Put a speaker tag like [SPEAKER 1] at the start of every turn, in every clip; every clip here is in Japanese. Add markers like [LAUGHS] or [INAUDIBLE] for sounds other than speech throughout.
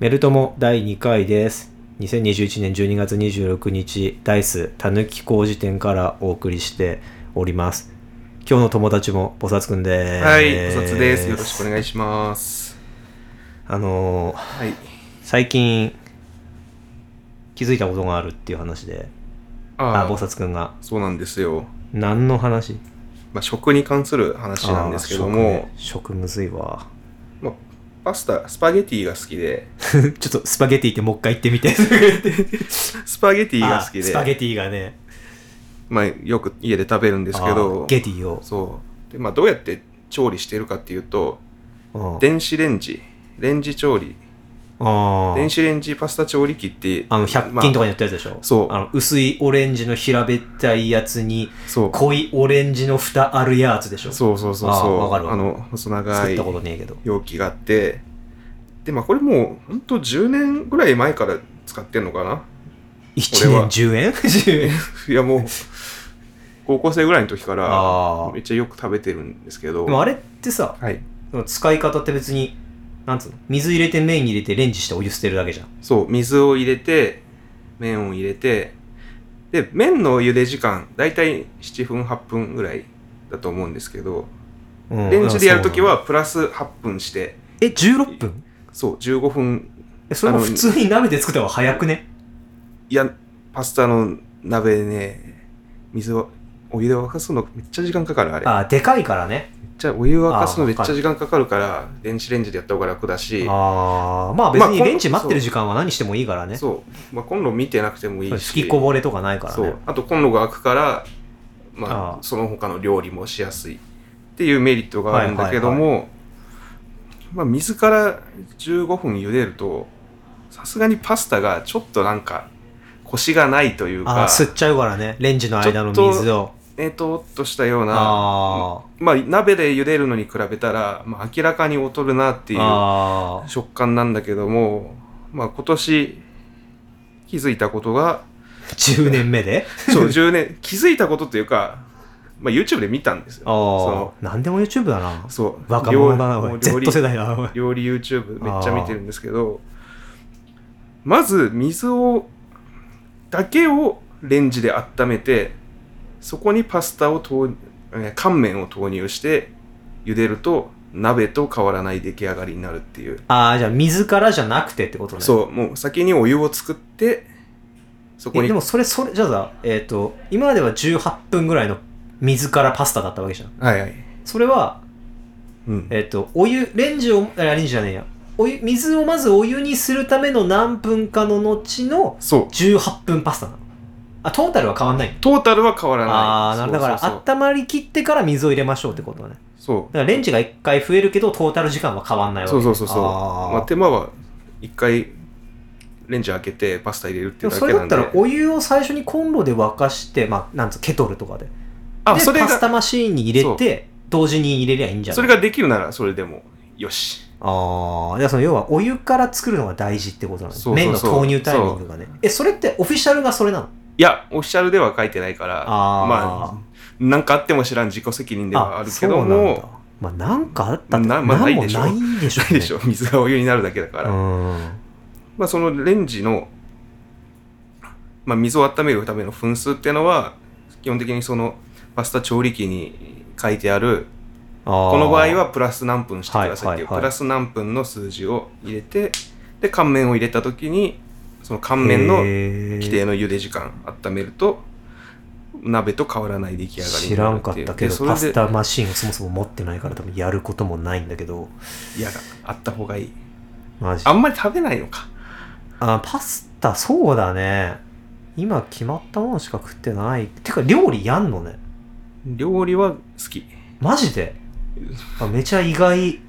[SPEAKER 1] メルトモ第2回です。2021年12月26日、ダイスたぬき工事店からお送りしております。今日の友達も菩薩くんです。
[SPEAKER 2] はい、お札です。よろしくお願いします。
[SPEAKER 1] あのー
[SPEAKER 2] はい。
[SPEAKER 1] 最近気づいたことがあるっていう話で、あ、菩薩くんが
[SPEAKER 2] そうなんですよ。
[SPEAKER 1] 何の話
[SPEAKER 2] まあ、食に関する話なんですけども、
[SPEAKER 1] あー食ね食むずいわ。 [LAUGHS]
[SPEAKER 2] まあ、パスタ、スパゲティが好きで、 [LAUGHS]
[SPEAKER 1] ちょっとスパゲティってもう一回言ってみて。
[SPEAKER 2] スパゲティが好き
[SPEAKER 1] あスパゲ
[SPEAKER 2] で、
[SPEAKER 1] ティがね。
[SPEAKER 2] まあ、よく家で食べるんですけ
[SPEAKER 1] あー
[SPEAKER 2] ど、
[SPEAKER 1] ゲティを。
[SPEAKER 2] そう。で、まあ、どうやって調理してるかっていうと、
[SPEAKER 1] うん
[SPEAKER 2] 電子レンジ、レンジ調理、
[SPEAKER 1] あ
[SPEAKER 2] 電
[SPEAKER 1] ー
[SPEAKER 2] 子レンジパスタ調理器って、
[SPEAKER 1] あの、100均とかに
[SPEAKER 2] ま
[SPEAKER 1] やってるやつでしょ、
[SPEAKER 2] そう
[SPEAKER 1] あの、薄いオレンジの平べったいやつに、
[SPEAKER 2] あそう。
[SPEAKER 1] 濃いオレンジの蓋あるやつでしょ
[SPEAKER 2] そうそうそう
[SPEAKER 1] あー
[SPEAKER 2] そう。
[SPEAKER 1] わかるわ
[SPEAKER 2] あ
[SPEAKER 1] かる
[SPEAKER 2] の、細長
[SPEAKER 1] 作っ
[SPEAKER 2] い
[SPEAKER 1] たことねえけど。
[SPEAKER 2] 容器があってでまあこれもうほんと10年ぐらい前から使ってんのかな [LAUGHS] 俺
[SPEAKER 1] 1
[SPEAKER 2] は
[SPEAKER 1] 年10円
[SPEAKER 2] [LAUGHS]
[SPEAKER 1] ?10 円。
[SPEAKER 2] いやもう高校生ぐらいの時から
[SPEAKER 1] ああ。
[SPEAKER 2] めっちゃよく食べてるんですけど
[SPEAKER 1] でもあれってさ、
[SPEAKER 2] はい
[SPEAKER 1] 使い方って別に、なんつうの水入れて麺入れてレンジしてお湯捨てるだけじゃん。
[SPEAKER 2] そう水を入れて麺を入れてで麺の茹で時間だいたい7分8分ぐらいだと思うんですけど
[SPEAKER 1] うん
[SPEAKER 2] レンジでやるとき。はプラス8分して
[SPEAKER 1] え、16分
[SPEAKER 2] そう15分
[SPEAKER 1] えそれも普通に鍋で作った方が早くね
[SPEAKER 2] いや、パスタの鍋ね、水を、お湯で沸かすのめっちゃ時間かかる、あれ。めっ
[SPEAKER 1] あーでかいからね。
[SPEAKER 2] ちゃ、お湯沸かすのめっち
[SPEAKER 1] あ
[SPEAKER 2] ゃ
[SPEAKER 1] わかる
[SPEAKER 2] 時間かかるから、電子レンジでやった方が楽だし、
[SPEAKER 1] ああ。まあ別
[SPEAKER 2] まあ
[SPEAKER 1] に
[SPEAKER 2] こん
[SPEAKER 1] レンジ待ってる時間は何してもいいからね。
[SPEAKER 2] そう。まあ、コンロ見てなくてもいいし。
[SPEAKER 1] 吹きこぼれとかないから
[SPEAKER 2] そ
[SPEAKER 1] ね
[SPEAKER 2] う。。あと、コンロが開くから、まあ、
[SPEAKER 1] ああ
[SPEAKER 2] その他の料理もしやすいっていうメリットがあるんだけども、まあ、水から15分茹でると、さすがにパスタがちょっとなんか、コシがないという
[SPEAKER 1] ああ、
[SPEAKER 2] か、
[SPEAKER 1] 吸っちゃうからね。レンジの間の水を。
[SPEAKER 2] えとっとしたような、
[SPEAKER 1] あ
[SPEAKER 2] まあ、鍋で茹でるのに比べたら、まあ、明らかに劣るなって
[SPEAKER 1] ー
[SPEAKER 2] い
[SPEAKER 1] あ
[SPEAKER 2] う食感なんだけども、まあ、今年気づいたことが、
[SPEAKER 1] ー。10年目で
[SPEAKER 2] そう、10年、
[SPEAKER 1] [LAUGHS]
[SPEAKER 2] 気づいたことというか、 [LAUGHS] まあ、YouTube で見たんですよ。
[SPEAKER 1] ああ。なんでも YouTube だな。
[SPEAKER 2] そう。
[SPEAKER 1] 若者だな、
[SPEAKER 2] 料
[SPEAKER 1] おい。
[SPEAKER 2] 料理
[SPEAKER 1] Z 世代だな、おい。
[SPEAKER 2] 料理 YouTube めっちゃ見てるんですけど、まず水を、だけをレンジで温めて、そこにパスタを投入、えー乾麺を投入して、茹でると鍋と変わらない出来上がりになるっていう。
[SPEAKER 1] ああ、じゃあ水からじゃなくてってことね。う。
[SPEAKER 2] そう、もう先にお湯を作って、そこ
[SPEAKER 1] え
[SPEAKER 2] に
[SPEAKER 1] でも、それ、それ、じゃあさ、えっと、今までは18分ぐらいの水からパスタだったわけじゃん。
[SPEAKER 2] はいはい。
[SPEAKER 1] それは、
[SPEAKER 2] うん、
[SPEAKER 1] えっと、お湯、レンジを、あレンジじゃねえや。お湯、水をまずお湯にするための何分かの後の
[SPEAKER 2] そう、
[SPEAKER 1] 18分パスタなの。あ、トータルは変わんないの
[SPEAKER 2] トータルは変わらない。
[SPEAKER 1] ああ、なるだか
[SPEAKER 2] そうそうそう
[SPEAKER 1] ら、温まりきってから水を入れましょうってことね。
[SPEAKER 2] そう
[SPEAKER 1] だからレンジが1回増えるけど、トータル時間は変わんないわけ
[SPEAKER 2] そうそうそうそう
[SPEAKER 1] あー
[SPEAKER 2] まあ、手間は一回レンジ開けてパスタ入れるっ
[SPEAKER 1] で
[SPEAKER 2] てい
[SPEAKER 1] も
[SPEAKER 2] うだ
[SPEAKER 1] それ
[SPEAKER 2] けな
[SPEAKER 1] だっ
[SPEAKER 2] ん
[SPEAKER 1] た
[SPEAKER 2] で
[SPEAKER 1] ら、お湯を最初にコンロで沸かして、まあ、なんつう、ケトルとかで。
[SPEAKER 2] あ
[SPEAKER 1] で
[SPEAKER 2] それ
[SPEAKER 1] パスタ
[SPEAKER 2] が
[SPEAKER 1] マシーンに入れて、同時に入れりゃいいんじゃない
[SPEAKER 2] それができるならそれでもよし
[SPEAKER 1] ああ、だからその要はお湯から作るのが大事ってことなんです
[SPEAKER 2] そうそう
[SPEAKER 1] 麺
[SPEAKER 2] そう
[SPEAKER 1] の投入タイミングがね。え、それってオフィシャルがそれなの
[SPEAKER 2] いやオフィシャルでは書いてないから
[SPEAKER 1] あー
[SPEAKER 2] まあなんかあっても知らん自己責任ではあるけ
[SPEAKER 1] そ
[SPEAKER 2] ど
[SPEAKER 1] うなんだ
[SPEAKER 2] も。
[SPEAKER 1] まあ、なんかあったって、
[SPEAKER 2] なまあ
[SPEAKER 1] なん
[SPEAKER 2] ない
[SPEAKER 1] も
[SPEAKER 2] でしょ
[SPEAKER 1] ないんでしょ
[SPEAKER 2] な
[SPEAKER 1] う
[SPEAKER 2] い
[SPEAKER 1] ね
[SPEAKER 2] [LAUGHS] でしょ水がお湯になるだけだから、
[SPEAKER 1] うん。
[SPEAKER 2] まあ、そのレンジの、まあ、水を温めるための分数っていうのは基本的にそのパスタ調理器に書いてある
[SPEAKER 1] こ
[SPEAKER 2] この場合はプラス何分してくださいっていう、
[SPEAKER 1] はいはいはい
[SPEAKER 2] プラス何分の数字を入れてで乾麺を入れた時にその乾麺の規
[SPEAKER 1] 規
[SPEAKER 2] 定の茹で時間温めると鍋と変わらない出来上がり
[SPEAKER 1] 知
[SPEAKER 2] に
[SPEAKER 1] ら
[SPEAKER 2] なる
[SPEAKER 1] んかっ
[SPEAKER 2] っ
[SPEAKER 1] て
[SPEAKER 2] いう
[SPEAKER 1] たけ
[SPEAKER 2] で
[SPEAKER 1] ど
[SPEAKER 2] それ
[SPEAKER 1] パス
[SPEAKER 2] で
[SPEAKER 1] タマシンをそもそも持ってないから多分やることもないんだけど
[SPEAKER 2] いやあった方がいい
[SPEAKER 1] マジ
[SPEAKER 2] あんまり食べないのか
[SPEAKER 1] あパスタそうだね今決まったものしか食ってないてか料理やんのね
[SPEAKER 2] 料理は好きい
[SPEAKER 1] マジであめちゃ意外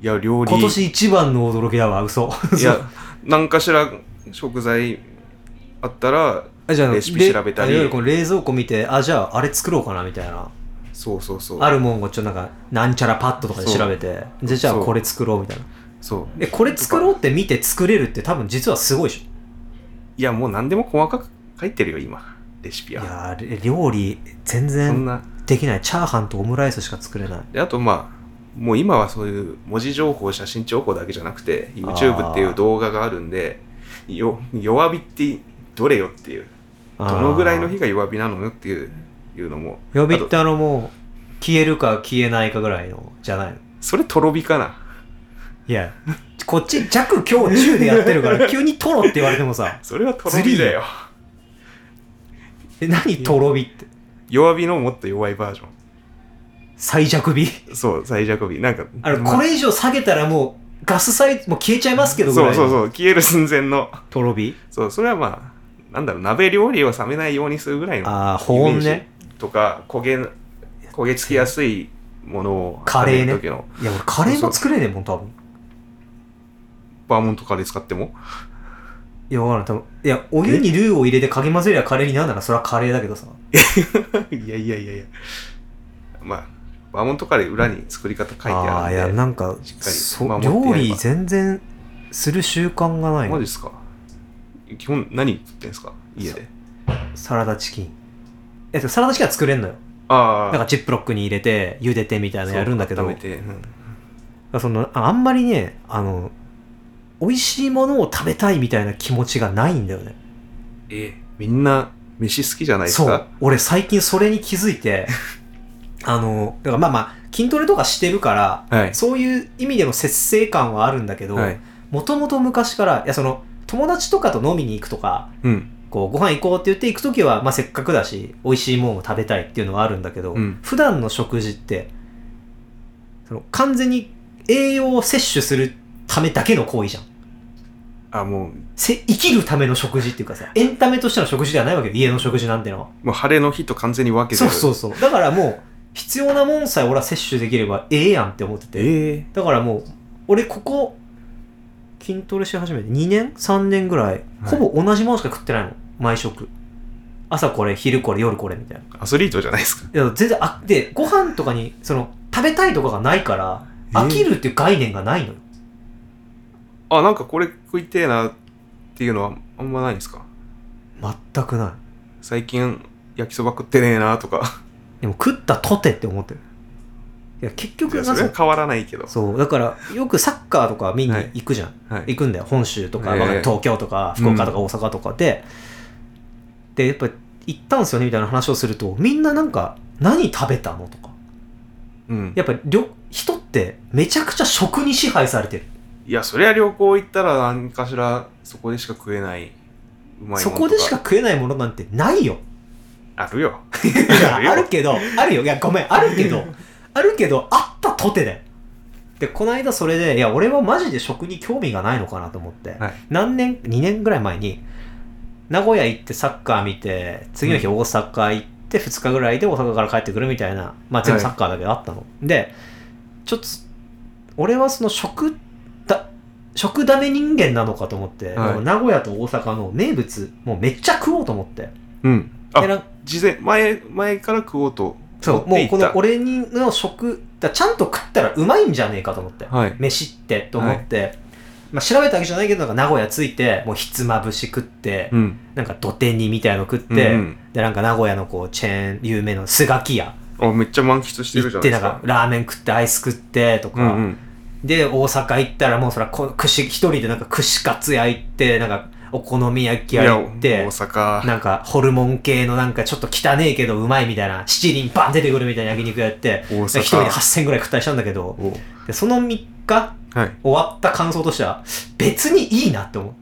[SPEAKER 2] や料理
[SPEAKER 1] 今年一番の驚きだわ嘘 [LAUGHS]
[SPEAKER 2] いや何かしら食材 [LAUGHS] あったら
[SPEAKER 1] あじゃ
[SPEAKER 2] レシピ調べた
[SPEAKER 1] れあ
[SPEAKER 2] り
[SPEAKER 1] いわゆるこの冷蔵庫見てあじゃああれ作ろうかなみたいな
[SPEAKER 2] そうそうそう
[SPEAKER 1] あるもんをちょっとなんかなんちゃらパッドとかで調べてでじゃあ
[SPEAKER 2] そう
[SPEAKER 1] これ作ろうみたいな
[SPEAKER 2] そう
[SPEAKER 1] えこれ作ろうって見て作れるって多分実はすごいでしょ
[SPEAKER 2] いやもう何でも細かく書いてるよ今レシ
[SPEAKER 1] い
[SPEAKER 2] ピは
[SPEAKER 1] やーれ料理全
[SPEAKER 2] そん
[SPEAKER 1] 然
[SPEAKER 2] な
[SPEAKER 1] できないチャーハンとオムライスしか作れない
[SPEAKER 2] であとまあもう今はそういう文字情報写真情報だけじゃなくて YouTube っていう動画があるんでよ弱火ってどれよっていうどのぐらいの
[SPEAKER 1] 日
[SPEAKER 2] 火が弱火なのよっていういうのも
[SPEAKER 1] 呼びっ
[SPEAKER 2] あと
[SPEAKER 1] てあのもう消えるか消えないかぐらいのじゃないの
[SPEAKER 2] それとろ火かない
[SPEAKER 1] やこっち弱強中でやってるから急にトロって言われても
[SPEAKER 2] [LAUGHS]
[SPEAKER 1] さ
[SPEAKER 2] それはとろ火だよ
[SPEAKER 1] え何とろ火って
[SPEAKER 2] 弱火のもっと弱いバージョ
[SPEAKER 1] 最弱火
[SPEAKER 2] ンそう最弱火なんか
[SPEAKER 1] あの
[SPEAKER 2] まあ
[SPEAKER 1] これ以上下げたらもうガスサイズもう消えちゃいますけどぐらい
[SPEAKER 2] そう
[SPEAKER 1] の
[SPEAKER 2] そうそう消える寸前の
[SPEAKER 1] とろ火
[SPEAKER 2] そうそれはまあなんだろう鍋料理を冷めないようにするぐらいの
[SPEAKER 1] ああ保温
[SPEAKER 2] イメージ
[SPEAKER 1] ね
[SPEAKER 2] とか焦げ焦げつきやすいものを
[SPEAKER 1] カレーね
[SPEAKER 2] 食べる時の
[SPEAKER 1] いや俺カレーも作れねえもん多分
[SPEAKER 2] バーモントカレー使っ
[SPEAKER 1] [LAUGHS]
[SPEAKER 2] ても
[SPEAKER 1] いやわからん多分いやお湯にルーを入れてかき混ぜりゃカレーになるならそれはカレーだけどさ
[SPEAKER 2] いやいやいやいや。まあ、バーモントカレー裏に作り方書いて
[SPEAKER 1] あ
[SPEAKER 2] あ
[SPEAKER 1] あい
[SPEAKER 2] る
[SPEAKER 1] や
[SPEAKER 2] んで。
[SPEAKER 1] なんか
[SPEAKER 2] しっかり
[SPEAKER 1] そ
[SPEAKER 2] 守ってやれば
[SPEAKER 1] 料理全然する習慣がない
[SPEAKER 2] マジ
[SPEAKER 1] の
[SPEAKER 2] ですか基本何食ってんすか家で。
[SPEAKER 1] サラダチキンえっとサラダチキンは作れんのよ
[SPEAKER 2] ああ。
[SPEAKER 1] なんかチップロックに入れて茹でてみたいなのやるんだけど
[SPEAKER 2] そう温めて、うん
[SPEAKER 1] そのああんまりねあの美味しいものを食べたいみたいな気持ちがないんだよね
[SPEAKER 2] え、みんな飯好きじゃないです
[SPEAKER 1] そう
[SPEAKER 2] か
[SPEAKER 1] 俺最近それに気づいて [LAUGHS] あのだからまあまあ筋トレとかしてるから
[SPEAKER 2] はい。
[SPEAKER 1] そういう意味での節制感はあるんだけど
[SPEAKER 2] はい。
[SPEAKER 1] もともと昔からいやその友達とかと飲みに行くとか
[SPEAKER 2] うん。
[SPEAKER 1] こうご飯行こうって言って行く時は、まあ、せっかくだし美味しいものを食べたいっていうのはあるんだけど、
[SPEAKER 2] うん
[SPEAKER 1] 普段の食事ってその完全に栄養を摂取するためだけの行為じゃん
[SPEAKER 2] あ、もう、
[SPEAKER 1] せ生きるための食事っていうかさエンタメとしての食事ではないわけよ家の食事なんてのは
[SPEAKER 2] もう晴れの日と完全に分けて
[SPEAKER 1] そう
[SPEAKER 2] る。。
[SPEAKER 1] そううそうだからもう必要なもんさえ俺は摂取できればええやんって思ってて
[SPEAKER 2] ええ
[SPEAKER 1] だからもう俺ここ筋トレし始めて2年3年ぐらい
[SPEAKER 2] はい
[SPEAKER 1] ほぼ同じものしか食ってないの、毎食朝これ昼これ夜これみたいな
[SPEAKER 2] アスリートじゃないですか。
[SPEAKER 1] いや全然あでご飯とかにその食べたいとかがないから
[SPEAKER 2] えー
[SPEAKER 1] 飽きるっていう概念がないのよ、
[SPEAKER 2] あ、なんかこれ食いてえなっていうのはあんまないんですか
[SPEAKER 1] 全くない
[SPEAKER 2] 最近焼きそば食ってねえなとか。
[SPEAKER 1] でも食ったとてって思ってるいや結
[SPEAKER 2] い
[SPEAKER 1] 局
[SPEAKER 2] やそれ
[SPEAKER 1] な
[SPEAKER 2] は
[SPEAKER 1] んか
[SPEAKER 2] 変わらないけど。
[SPEAKER 1] そうだからよくサッカーとか見に行くじゃん、
[SPEAKER 2] はい。
[SPEAKER 1] 行くんだよ本州とか、
[SPEAKER 2] ええ
[SPEAKER 1] わかんない東京とか福岡とか大阪とかで、でやっぱ行ったんですよねみたいな話をするとみんななんか何食べたのとか
[SPEAKER 2] うん。
[SPEAKER 1] やっぱり旅人ってめちゃくちゃ食に支配されてる
[SPEAKER 2] いや、そりゃ旅行行ったら何かしらそこでしか食えない、うまいものとか
[SPEAKER 1] そこでしか食えないものなんてないよ
[SPEAKER 2] あるよ。
[SPEAKER 1] いや
[SPEAKER 2] あるよ
[SPEAKER 1] あるけどあるよいやごめんあるけどあるけどあったとてだよでこの間それでいや俺はマジで食に興味がないのかなと思って、
[SPEAKER 2] はい
[SPEAKER 1] 何年2年ぐらい前に名古屋行ってサッカー見て次の日
[SPEAKER 2] う
[SPEAKER 1] 大阪行って2日ぐらいで大阪から帰ってくるみたいなまあ全部
[SPEAKER 2] はい
[SPEAKER 1] サッカーだけどあったの、でちょっと俺はその食だ食ダメ人間なのかと思って、
[SPEAKER 2] はい
[SPEAKER 1] もう名古屋と大阪の名物もうめっちゃ食おうと思って
[SPEAKER 2] うん。あ
[SPEAKER 1] でなん
[SPEAKER 2] 事前、前、前から食おうと。
[SPEAKER 1] そう、
[SPEAKER 2] 持っ
[SPEAKER 1] も
[SPEAKER 2] て
[SPEAKER 1] う
[SPEAKER 2] いった
[SPEAKER 1] この俺の食、だちゃんと食ったらうまいんじゃねえかと思って。
[SPEAKER 2] はい。
[SPEAKER 1] 飯ってと思って。まあ、調べたわけじゃないけど、なんか名古屋着いて、もうひつまぶし食って、
[SPEAKER 2] うん。
[SPEAKER 1] なんか土手煮みたいの食って、
[SPEAKER 2] うん
[SPEAKER 1] で、なんか名古屋のこう、チェーン、有名のスガキ屋
[SPEAKER 2] うんあ、めっちゃ満喫して
[SPEAKER 1] 行
[SPEAKER 2] るじゃ
[SPEAKER 1] っ
[SPEAKER 2] ない
[SPEAKER 1] て、
[SPEAKER 2] で
[SPEAKER 1] なん
[SPEAKER 2] す
[SPEAKER 1] か
[SPEAKER 2] か。
[SPEAKER 1] ラーメン食ってアイス食ってと
[SPEAKER 2] う
[SPEAKER 1] か、
[SPEAKER 2] んうん。
[SPEAKER 1] で、大阪行ったらもうそらこ、串、一人でなんか串カツ屋行って、なんかお好み焼き屋行っ
[SPEAKER 2] いや
[SPEAKER 1] て
[SPEAKER 2] 大、阪。
[SPEAKER 1] なんかホルモン系のなんかちょっと汚ねえけどうまいみたいな、七輪バン出てくるみたいな焼肉やって、
[SPEAKER 2] 大
[SPEAKER 1] 一人で
[SPEAKER 2] 阪。
[SPEAKER 1] 8000ぐらい食ったりしたんだけど、
[SPEAKER 2] お
[SPEAKER 1] でその3日
[SPEAKER 2] はい。
[SPEAKER 1] 終わった感想としては、別にいいなって思っ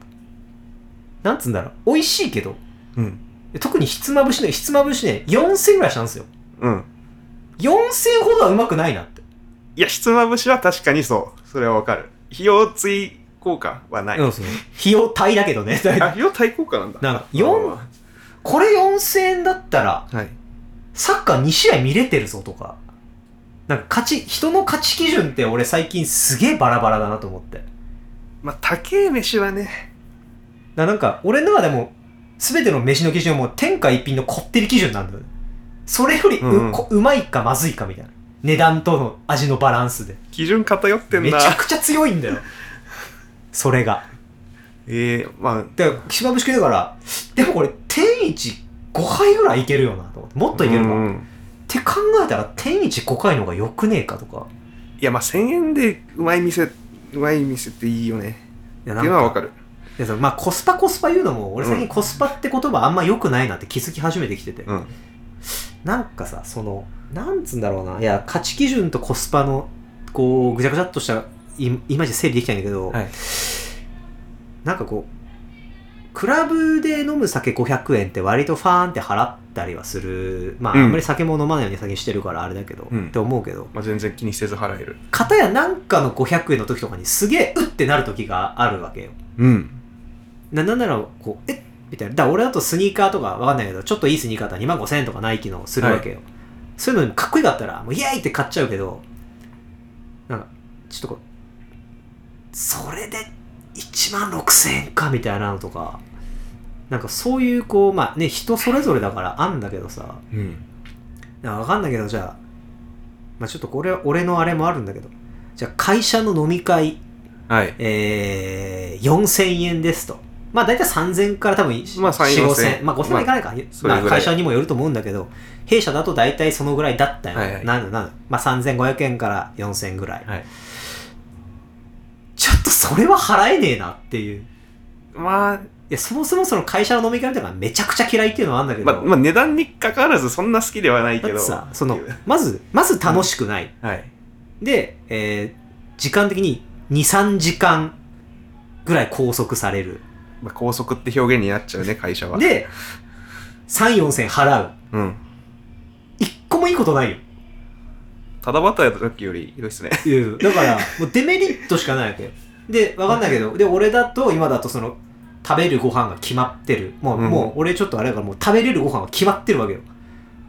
[SPEAKER 1] た。なんつうんだろう、美味しいけど、
[SPEAKER 2] うん。
[SPEAKER 1] 特にひつまぶしね、ひつまぶしね、4000ぐらいしたんですよ。
[SPEAKER 2] うん。
[SPEAKER 1] 4000ほどはうまくないなって。
[SPEAKER 2] いや、ひつまぶしは確かにそう。それはわかる。費用追効果はない。
[SPEAKER 1] うん、その費用対だけどね。 [LAUGHS]
[SPEAKER 2] あ、費用対効果なんだ。
[SPEAKER 1] なんか、4、
[SPEAKER 2] あ
[SPEAKER 1] これ4000円だったら、
[SPEAKER 2] ーはい。
[SPEAKER 1] サッカー2試合見れてるぞとか、なんか勝ち、人の勝ち基準って俺最近すげえバラバラだなと思って。
[SPEAKER 2] まあ、高え飯はね。
[SPEAKER 1] ななんか俺の中でも全ての飯の基準はもう天下一品のこってり基準なんだよねそれよりう,、
[SPEAKER 2] うんうん
[SPEAKER 1] こうまいかまずいかみたいな値段との味のバランスで
[SPEAKER 2] 基準偏ってん
[SPEAKER 1] めち
[SPEAKER 2] な。
[SPEAKER 1] ゃくちゃ強いんだよそれが
[SPEAKER 2] ええまあ、
[SPEAKER 1] だから島節食いだからでもこれ天一5回ぐらいいけるよなと思ってもっといけるか、
[SPEAKER 2] う
[SPEAKER 1] っ
[SPEAKER 2] ん
[SPEAKER 1] て考えたら天一5回の方がよくねえかとか
[SPEAKER 2] いやまあ1000円でうまい店うまい店っていいよね
[SPEAKER 1] いや
[SPEAKER 2] っ
[SPEAKER 1] な
[SPEAKER 2] て
[SPEAKER 1] ん
[SPEAKER 2] いうのはわかる
[SPEAKER 1] いやそのまあコスパコスパ言うのも俺最近コスパって言葉あんま良くないなって気づき始めてきてて、
[SPEAKER 2] うん
[SPEAKER 1] なんかさそのなんつうんだろうないや価値基準とコスパのこうぐちゃぐちゃっとしたイイマージで整理できたいんだけど、
[SPEAKER 2] はい
[SPEAKER 1] なんかこうクラブで飲む酒500円って割とファーンって払ったりはするまあ、
[SPEAKER 2] うん
[SPEAKER 1] あんまり酒も飲まないように先にしてるからあれだけど、
[SPEAKER 2] うん
[SPEAKER 1] って思うけど
[SPEAKER 2] まあ、全然気にせず払える
[SPEAKER 1] 片やなんかの500円の時とかにすげえうってなる時があるわけよ
[SPEAKER 2] うん
[SPEAKER 1] ななんならこうえみたいなだから俺だとスニーカーとかわかんないけどちょっといいスニーカーだったら2万5000円とかナイキのするわけよ、そういうのにかっこよかったらもうイエーイって買っちゃうけどなんかちょっとこうそれで1万6000円かみたいなのとかなんかそういうこうまあね人それぞれだからあんだけどさ
[SPEAKER 2] うん
[SPEAKER 1] なんかわかんないけどじゃあ、まあ、ちょっとこれは俺のあれもあるんだけどじゃあ会社の飲み会
[SPEAKER 2] はい
[SPEAKER 1] えー、4000円ですと。まあ大体3000から多分
[SPEAKER 2] まあ3 4000
[SPEAKER 1] まあ5000はいかないか。
[SPEAKER 2] それ
[SPEAKER 1] ま
[SPEAKER 2] ぐ
[SPEAKER 1] あ
[SPEAKER 2] らい
[SPEAKER 1] 会社にもよると思うんだけど、弊社だと大体そのぐらいだったよ。
[SPEAKER 2] はいはい
[SPEAKER 1] なんだなんだ。まあ3500円から4000ぐらい。
[SPEAKER 2] はい
[SPEAKER 1] ちょっとそれは払えねえなっていう。い
[SPEAKER 2] まあ
[SPEAKER 1] や、そもそもその会社の飲み会みたいなのがめちゃくちゃ嫌いっていうのはあるんだけど、
[SPEAKER 2] まあ、まあ値段にかかわらずそんな好きではない
[SPEAKER 1] だ
[SPEAKER 2] け
[SPEAKER 1] って
[SPEAKER 2] ど
[SPEAKER 1] さ、その、まず、まず楽しくない。
[SPEAKER 2] はい
[SPEAKER 1] で、えー時間的に2、3時間ぐらい拘束される。
[SPEAKER 2] まあ、高速って表現になっちゃうね会社は
[SPEAKER 1] で、3、4千払う。
[SPEAKER 2] うん
[SPEAKER 1] 一個もいいことないよ。
[SPEAKER 2] ただ働いた時よりひどいっすね
[SPEAKER 1] うんだから、もうデメリットしかないわけよ。で、わかんないけど、で、俺だと、今だとその、食べるご飯が決まってる。もう、
[SPEAKER 2] うん
[SPEAKER 1] もう、俺ちょっとあれだから、もう食べれるご飯が決まってるわけよ。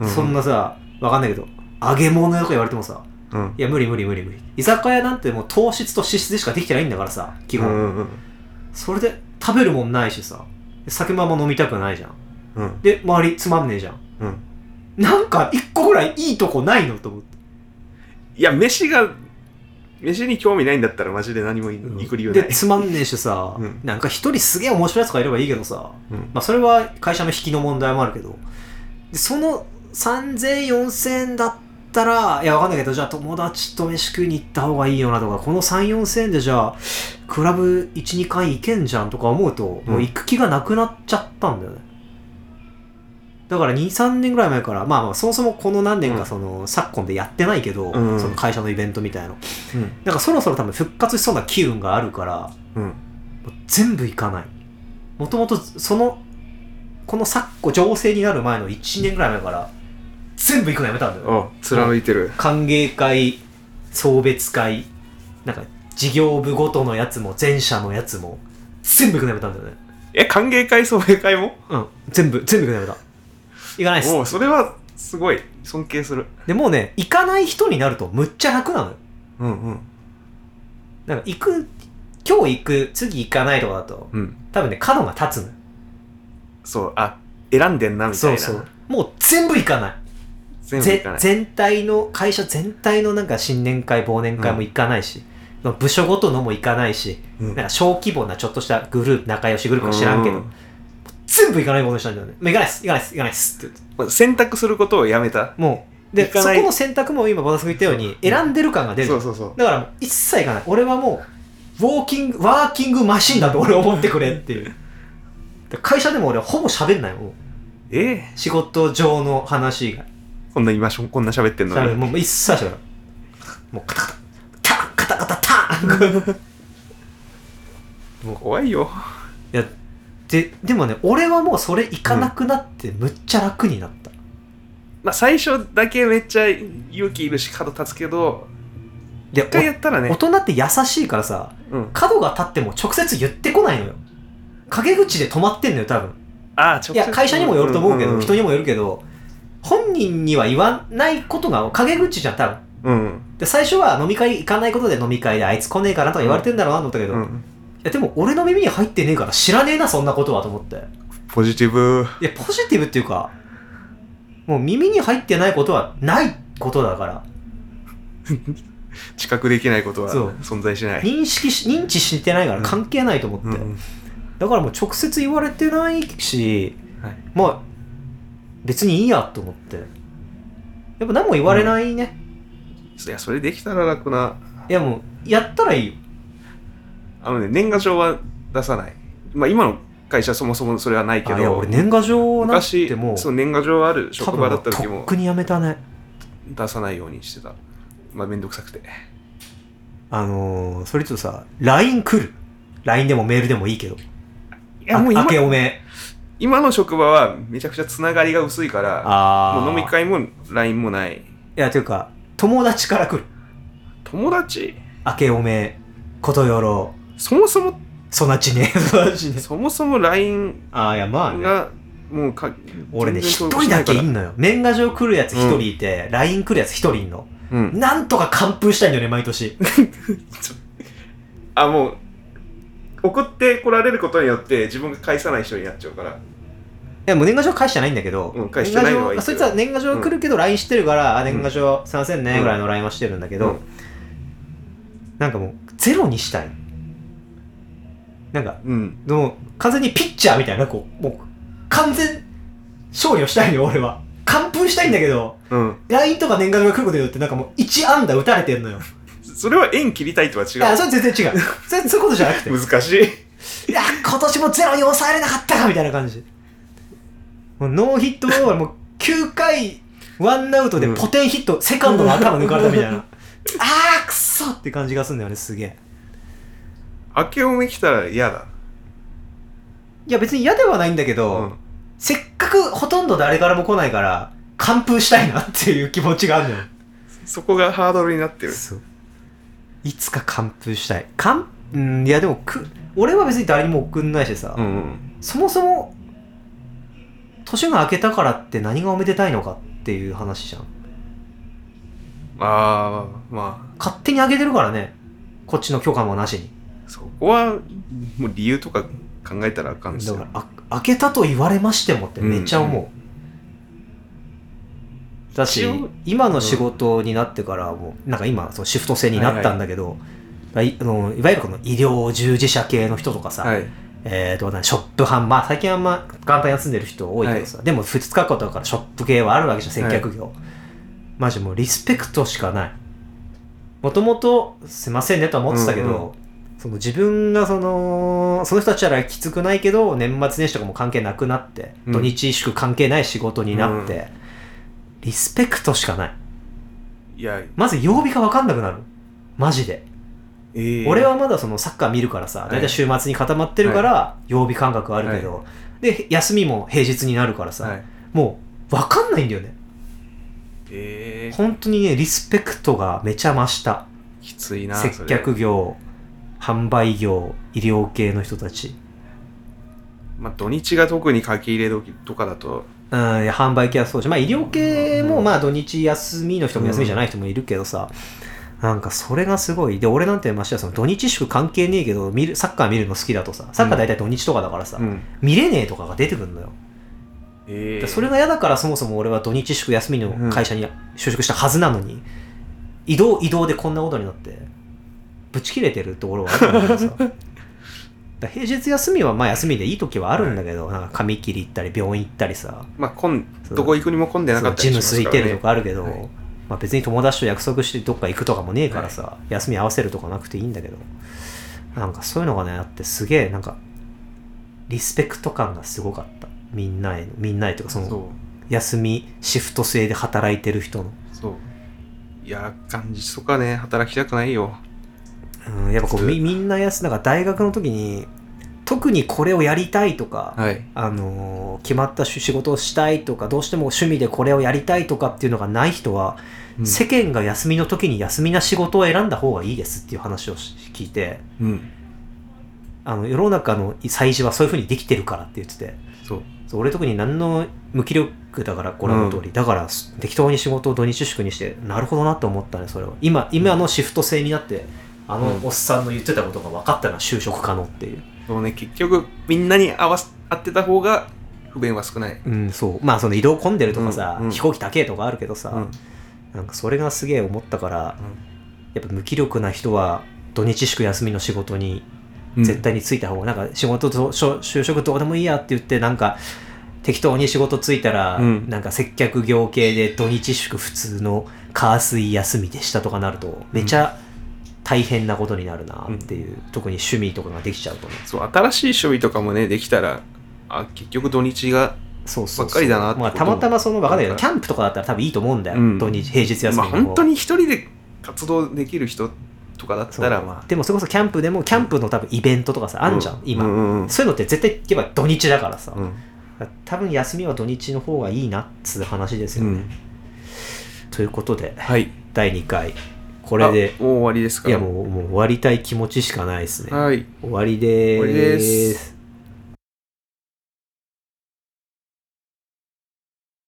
[SPEAKER 1] そん
[SPEAKER 2] な
[SPEAKER 1] なさ、わかんないけど、揚げ物とか言われてもさ、
[SPEAKER 2] うん
[SPEAKER 1] いや、無理無理無理無理。居酒屋なんてもう糖質と脂質でしかできてないんだからさ、基
[SPEAKER 2] う
[SPEAKER 1] 本。
[SPEAKER 2] んうん
[SPEAKER 1] それで、食べるもんないしさ、酒もあんま飲みたくないじゃん。
[SPEAKER 2] うん
[SPEAKER 1] で、周りつまんねえじゃん。
[SPEAKER 2] うん
[SPEAKER 1] なんか、一個ぐらいいいとこないのと思って。
[SPEAKER 2] いや飯が飯に興味ないんだったらマジで何もいいく理由ない
[SPEAKER 1] でつまんねえしさ、
[SPEAKER 2] うん
[SPEAKER 1] なんか一人すげえ面白いやつがいればいいけどさ、
[SPEAKER 2] うん
[SPEAKER 1] まあ、それは会社の引きの問題もあるけどでその30004000だったらいやわかんないけどじゃあ友達と飯食いに行った方がいいよなとかこの34000円でじゃあクラブ12回行けんじゃんとか思うと、
[SPEAKER 2] うん
[SPEAKER 1] もう行く気がなくなっちゃったんだよねだから23年ぐらい前から、まあ、まあそもそもこの何年
[SPEAKER 2] う
[SPEAKER 1] か
[SPEAKER 2] ん
[SPEAKER 1] その、昨今でやってないけど、
[SPEAKER 2] うんうん
[SPEAKER 1] その会社のイベントみたいの
[SPEAKER 2] うん
[SPEAKER 1] なんかそろそろ多分復活しそうな機運があるから、
[SPEAKER 2] うん
[SPEAKER 1] もう全部いかない。もともとその、この昨今、情勢になる前の1年ぐらい前から、全部行くのやめたんだよ。
[SPEAKER 2] あ貫いてる
[SPEAKER 1] 歓迎会、送別会、なんか事業部ごとのやつも、全社のやつも、全部行くのやめたんだよね。
[SPEAKER 2] え歓迎会送迎会も
[SPEAKER 1] うん。全部、全部行くのやめた。行かないっす。
[SPEAKER 2] もうそれはすごい尊敬する
[SPEAKER 1] でもうね、行かない人になるとむっちゃ楽なのよ。
[SPEAKER 2] うんうん
[SPEAKER 1] なんか行く、今日行く、次行かないとかだと、
[SPEAKER 2] うん
[SPEAKER 1] 多分ね、角が立つのよ。
[SPEAKER 2] そうあ選んでんなみたい
[SPEAKER 1] そう
[SPEAKER 2] な
[SPEAKER 1] そう。もう全部行かない。
[SPEAKER 2] 全部
[SPEAKER 1] ぜ
[SPEAKER 2] いかない
[SPEAKER 1] 全体の会社全体のなんか新年会忘年会も行かないし、部署ごとのも行かないし、
[SPEAKER 2] うん
[SPEAKER 1] なんか小規模なちょっとしたグループ仲良しグループか知らんけど、
[SPEAKER 2] う
[SPEAKER 1] 全部行かないことにしたんだよねもう行かないっす行かないっす行かないっすって言って
[SPEAKER 2] まあ選択することをやめた
[SPEAKER 1] もうで
[SPEAKER 2] 行か
[SPEAKER 1] そ
[SPEAKER 2] ない
[SPEAKER 1] この選択も今バタス君言ったように
[SPEAKER 2] うん
[SPEAKER 1] 選んでる感が出る、
[SPEAKER 2] そうそうそう
[SPEAKER 1] だからもう一切行かない俺はもうウォーキングワーキングマシンだと俺思ってくれっていうで会社でも俺はほぼ喋んないもん
[SPEAKER 2] ええ
[SPEAKER 1] 仕事上の話以外
[SPEAKER 2] こんな今しょこんな喋ってんのに
[SPEAKER 1] もう一切しないもうカタカタタンカタカタタン [LAUGHS] い
[SPEAKER 2] もう怖いよ
[SPEAKER 1] やででもね俺はもうそれ行かなくなってむっちゃ楽になった、
[SPEAKER 2] まあ最初だけめっちゃ勇気いるし角立つけど
[SPEAKER 1] で
[SPEAKER 2] 一回やったら
[SPEAKER 1] お大
[SPEAKER 2] ね
[SPEAKER 1] 人って優しいからさ
[SPEAKER 2] うん
[SPEAKER 1] 角が立っても直接言ってこないのよ陰口で止まってんのよ多分
[SPEAKER 2] ああ直接
[SPEAKER 1] いや会社にもよると思うけど、
[SPEAKER 2] んん
[SPEAKER 1] 人にもよるけど本人には言わないことが陰口じゃん多分
[SPEAKER 2] うん
[SPEAKER 1] で最初は飲み会行かないことで飲み会であいつ来ねえかなとか言われてんだろうなと思ったけど、
[SPEAKER 2] う
[SPEAKER 1] い
[SPEAKER 2] ん
[SPEAKER 1] やでも俺の耳に入ってねえから知らねえなそんなことはと思って
[SPEAKER 2] ポジティブ
[SPEAKER 1] いや、ポジティブっていうか、もう耳に入ってないことはないことだから、
[SPEAKER 2] 知覚できないことは
[SPEAKER 1] そう
[SPEAKER 2] 存在しない
[SPEAKER 1] 認識し、認知してないから
[SPEAKER 2] うん
[SPEAKER 1] 関係ないと思って。
[SPEAKER 2] うん
[SPEAKER 1] だからもう直接言われてないし、
[SPEAKER 2] はい
[SPEAKER 1] まあ、別にいいやと思って。やっぱ何も言われないね。
[SPEAKER 2] いや、それできたら楽な。
[SPEAKER 1] いやもうやったらいいよ
[SPEAKER 2] あのね、年賀状は出さない。まあ、今の会社そもそもそれはないけ
[SPEAKER 1] あいや
[SPEAKER 2] ど、
[SPEAKER 1] 俺年賀状なん
[SPEAKER 2] 昔
[SPEAKER 1] てもう
[SPEAKER 2] そう年賀状ある
[SPEAKER 1] 多
[SPEAKER 2] 職場だ
[SPEAKER 1] 分
[SPEAKER 2] った時
[SPEAKER 1] とっ
[SPEAKER 2] も
[SPEAKER 1] くにやめたね
[SPEAKER 2] 出さないようにしてた。まあ、めんどくさくて。
[SPEAKER 1] あのー、それとさ LINE 来る LINE でもメールでもいいけど
[SPEAKER 2] い
[SPEAKER 1] あ
[SPEAKER 2] や、もう
[SPEAKER 1] 明
[SPEAKER 2] 今
[SPEAKER 1] けおめ
[SPEAKER 2] 今の職場はめちゃくちゃつながりが薄いから、
[SPEAKER 1] あー
[SPEAKER 2] もう飲み会も LINE もない。
[SPEAKER 1] いやというか友達から来る
[SPEAKER 2] 友達
[SPEAKER 1] 明けおめことよろ
[SPEAKER 2] そもそも、
[SPEAKER 1] そなちねそなち
[SPEAKER 2] [LAUGHS]
[SPEAKER 1] ね
[SPEAKER 2] そもそも LINE
[SPEAKER 1] ああいやまあね
[SPEAKER 2] が、もうか、
[SPEAKER 1] 俺ね
[SPEAKER 2] 全然
[SPEAKER 1] 一
[SPEAKER 2] 登録し
[SPEAKER 1] 人
[SPEAKER 2] な
[SPEAKER 1] だ
[SPEAKER 2] いか
[SPEAKER 1] けい
[SPEAKER 2] ら
[SPEAKER 1] んのよ年賀状来るやつ一人いて、LINE 来るやつ一人いんの
[SPEAKER 2] うん。
[SPEAKER 1] なんとか完封したいんだよね毎年
[SPEAKER 2] あ、もう、送ってこられることによって自分が返さない人になっちゃうから。
[SPEAKER 1] いやもう年賀状返してないんだけど、
[SPEAKER 2] うん返してないのはいい
[SPEAKER 1] 年賀
[SPEAKER 2] けど
[SPEAKER 1] 状そいつは年賀状来るけど LINE してるから、あ年賀状すいませんね
[SPEAKER 2] うん
[SPEAKER 1] ぐらいの LINE はしてるんだけど、
[SPEAKER 2] うん
[SPEAKER 1] なんかもうゼロにしたいなんか
[SPEAKER 2] うん。
[SPEAKER 1] もう完全にピッチャーみたいなこうもう完全勝利をしたいのよ俺は完封したいんだけど、
[SPEAKER 2] うん。
[SPEAKER 1] LINE とか年賀状が来ることによってなんかもう1安打打たれてんのよ
[SPEAKER 2] それは縁切りたいとは違
[SPEAKER 1] いや
[SPEAKER 2] う。
[SPEAKER 1] それ全然違うそれ [LAUGHS] そういうことじゃなくて
[SPEAKER 2] 難しい。
[SPEAKER 1] いや、今年もゼロに抑えれなかったかみたいな感じ。もうノーヒットノーランもう9回ワンアウトでポテンヒット、セカンドの頭抜かれたみたいな。 [LAUGHS] あー、くそって感じがするんだよね、すげえ。
[SPEAKER 2] 明けおめ来たら嫌だ。
[SPEAKER 1] いや、別に嫌ではないんだけ
[SPEAKER 2] う
[SPEAKER 1] ど、
[SPEAKER 2] ん。
[SPEAKER 1] せっかくほとんど誰からも来ないから、完封したいなっていう気持ちがあるのよ。
[SPEAKER 2] そこがハードルになってる。
[SPEAKER 1] そう。いつか完封したい。完、うん、いやでもく、俺は別に誰にも送んないしさ、
[SPEAKER 2] うんうん。
[SPEAKER 1] そもそも、年が明けたからって何がおめでたいのかっていう話じゃん。
[SPEAKER 2] ああ、ま
[SPEAKER 1] 勝手にあげてるからね。こっちの許可もなしに。
[SPEAKER 2] あ、そこは、もう理由とか考えたらあかんし
[SPEAKER 1] だ。から、あ、開けたと言われましてもってめっちゃ思う。だし
[SPEAKER 2] 一応、
[SPEAKER 1] 今の仕事になってからもう、なんか今、そのシフト制になったんだけど、いあのいわゆるこの医療従事者系の人とかさ、
[SPEAKER 2] はい。
[SPEAKER 1] えーと何ショップ販売、まあ、最近はあんま簡単に休んでる人多いけどさ、でも2日間だからショップ系はあるわけじゃん、接客業。マジもうリスペクトしかない。もともとすいませんねとは思ってたけ
[SPEAKER 2] うん
[SPEAKER 1] ど、その自分がその、その人たちからきつくないけど、年末年始とかも関係なくなって、
[SPEAKER 2] うん
[SPEAKER 1] 土日祝関係ない仕事になって、リスペクトしかない。
[SPEAKER 2] いや、
[SPEAKER 1] まず曜日がわかんなくなる。マジで。
[SPEAKER 2] えー
[SPEAKER 1] 俺、はまだそのサッカー見るからさ、
[SPEAKER 2] い
[SPEAKER 1] 大体週末に固まってるから、曜日感覚あるけど、で、休みも平日になるからさ、
[SPEAKER 2] はい。
[SPEAKER 1] もう分かんないんだよね。
[SPEAKER 2] えー、
[SPEAKER 1] 本当にね、リスペクトがめちゃ増した。
[SPEAKER 2] きついな、そ
[SPEAKER 1] 接
[SPEAKER 2] れ
[SPEAKER 1] 客業、販売業、医療系の人たち。
[SPEAKER 2] まあ、土日が特に書き入れ時とかだと、
[SPEAKER 1] うん、いや販売系はそうじゃんまあ医療系も
[SPEAKER 2] うん
[SPEAKER 1] まあ土日休みの人も休みじゃない人もいるけどさ、なんかそれがすごい。で、俺なんてましてはその土日祝関係ねえけど、見るサッカー見るの好きだとさ、サッカー大体土日とかだからさ、
[SPEAKER 2] うん。
[SPEAKER 1] 見れねえとかが出てくるのよ。
[SPEAKER 2] えー、
[SPEAKER 1] それが嫌だからそもそも俺は土日祝休みの会社に就職したはずなのに、移動移動でこんなことになってぶち切れてるところはあるんだけど
[SPEAKER 2] [LAUGHS]
[SPEAKER 1] さだから平日休みはまあ休みでいい時はあるんだけど、なんか髪切り行ったり病院行ったりさ
[SPEAKER 2] まあ、混ん
[SPEAKER 1] そう
[SPEAKER 2] どこ行くにも混んでなか
[SPEAKER 1] そう
[SPEAKER 2] った
[SPEAKER 1] ジ
[SPEAKER 2] りし
[SPEAKER 1] ム
[SPEAKER 2] ま
[SPEAKER 1] 空
[SPEAKER 2] す
[SPEAKER 1] い
[SPEAKER 2] からね
[SPEAKER 1] てるとかあるけど、
[SPEAKER 2] はい
[SPEAKER 1] まあ、別に友達と約束してどっか行くとかもねえからさ、休み合わせるとかなくていいんだけどなんかそういうのがねあってすげえなんかリスペクト感がすごかったみんなへのみんなへというかその
[SPEAKER 2] そう
[SPEAKER 1] 休みシフト制で働いてる人の、
[SPEAKER 2] そういや感じとかね働きたくないよ
[SPEAKER 1] うん、やっぱこう
[SPEAKER 2] 普通
[SPEAKER 1] みみんな休んだから大学の時に特にこれをやりたいとか、
[SPEAKER 2] はい
[SPEAKER 1] あのー決まったし仕事をしたいとかどうしても趣味でこれをやりたいとかっていうのがない人は、
[SPEAKER 2] うん
[SPEAKER 1] 世間が休みの時に休みな仕事を選んだ方がいいですっていう話をし聞いて
[SPEAKER 2] うん
[SPEAKER 1] あの世の中の催事はそういうふうにできてるからって言ってて
[SPEAKER 2] そう
[SPEAKER 1] そう俺特に何の無気力だからご覧の通り、だからす適当に仕事を土日祝にしてなるほどなと思ったねそれは今今のシフト制になってあの
[SPEAKER 2] うん
[SPEAKER 1] おっさんの言ってたことが分かったな就職可能っていう
[SPEAKER 2] そうね結局みんなに合わす合ってた方が不便は少ない
[SPEAKER 1] うんそうまあその移動混んでるとかさ、
[SPEAKER 2] うんうん
[SPEAKER 1] 飛行機高えとかあるけどさ、
[SPEAKER 2] うん
[SPEAKER 1] なんかそれがすげえ思ったからやっぱ無気力な人は土日祝休みの仕事に
[SPEAKER 2] うん
[SPEAKER 1] 絶対についた方が、なんか仕事としょ就職どうでもいいやって言ってなんか適当に仕事ついたら、
[SPEAKER 2] うん
[SPEAKER 1] なんか接客業系で土日祝普通の火水休みでしたとかなるとめちゃ大変なことになるなっていう、特に趣味とかができちゃうと思う
[SPEAKER 2] そう新しい趣味とかもねできたらあ結局土日が
[SPEAKER 1] そうそうそう
[SPEAKER 2] ばっかりだなってこ
[SPEAKER 1] ま
[SPEAKER 2] と
[SPEAKER 1] あ、たまたまそのわかんないけどキャンプとかだったら多分いいと思うんだよ、
[SPEAKER 2] うん
[SPEAKER 1] 土日平日休みの
[SPEAKER 2] まあ
[SPEAKER 1] 方
[SPEAKER 2] 本当に一人で活動できる人とかだっ
[SPEAKER 1] そ
[SPEAKER 2] た
[SPEAKER 1] う
[SPEAKER 2] らまあ
[SPEAKER 1] でもそれこそキャンプでもキャンプの多分イベントとかさあんじゃん、
[SPEAKER 2] う
[SPEAKER 1] 今、
[SPEAKER 2] うんうんうん
[SPEAKER 1] そういうのって絶対言えば土日だからさ、
[SPEAKER 2] うん
[SPEAKER 1] 多分休みは土日の方がいいなっつう話ですよね、
[SPEAKER 2] うん
[SPEAKER 1] ということで
[SPEAKER 2] はい
[SPEAKER 1] 第2回こ
[SPEAKER 2] こ
[SPEAKER 1] れで
[SPEAKER 2] もう終わりですか
[SPEAKER 1] いやもうもう終わりたい気持ちしかないですね、
[SPEAKER 2] はい
[SPEAKER 1] 終わりで
[SPEAKER 2] 終わり
[SPEAKER 1] ー
[SPEAKER 2] です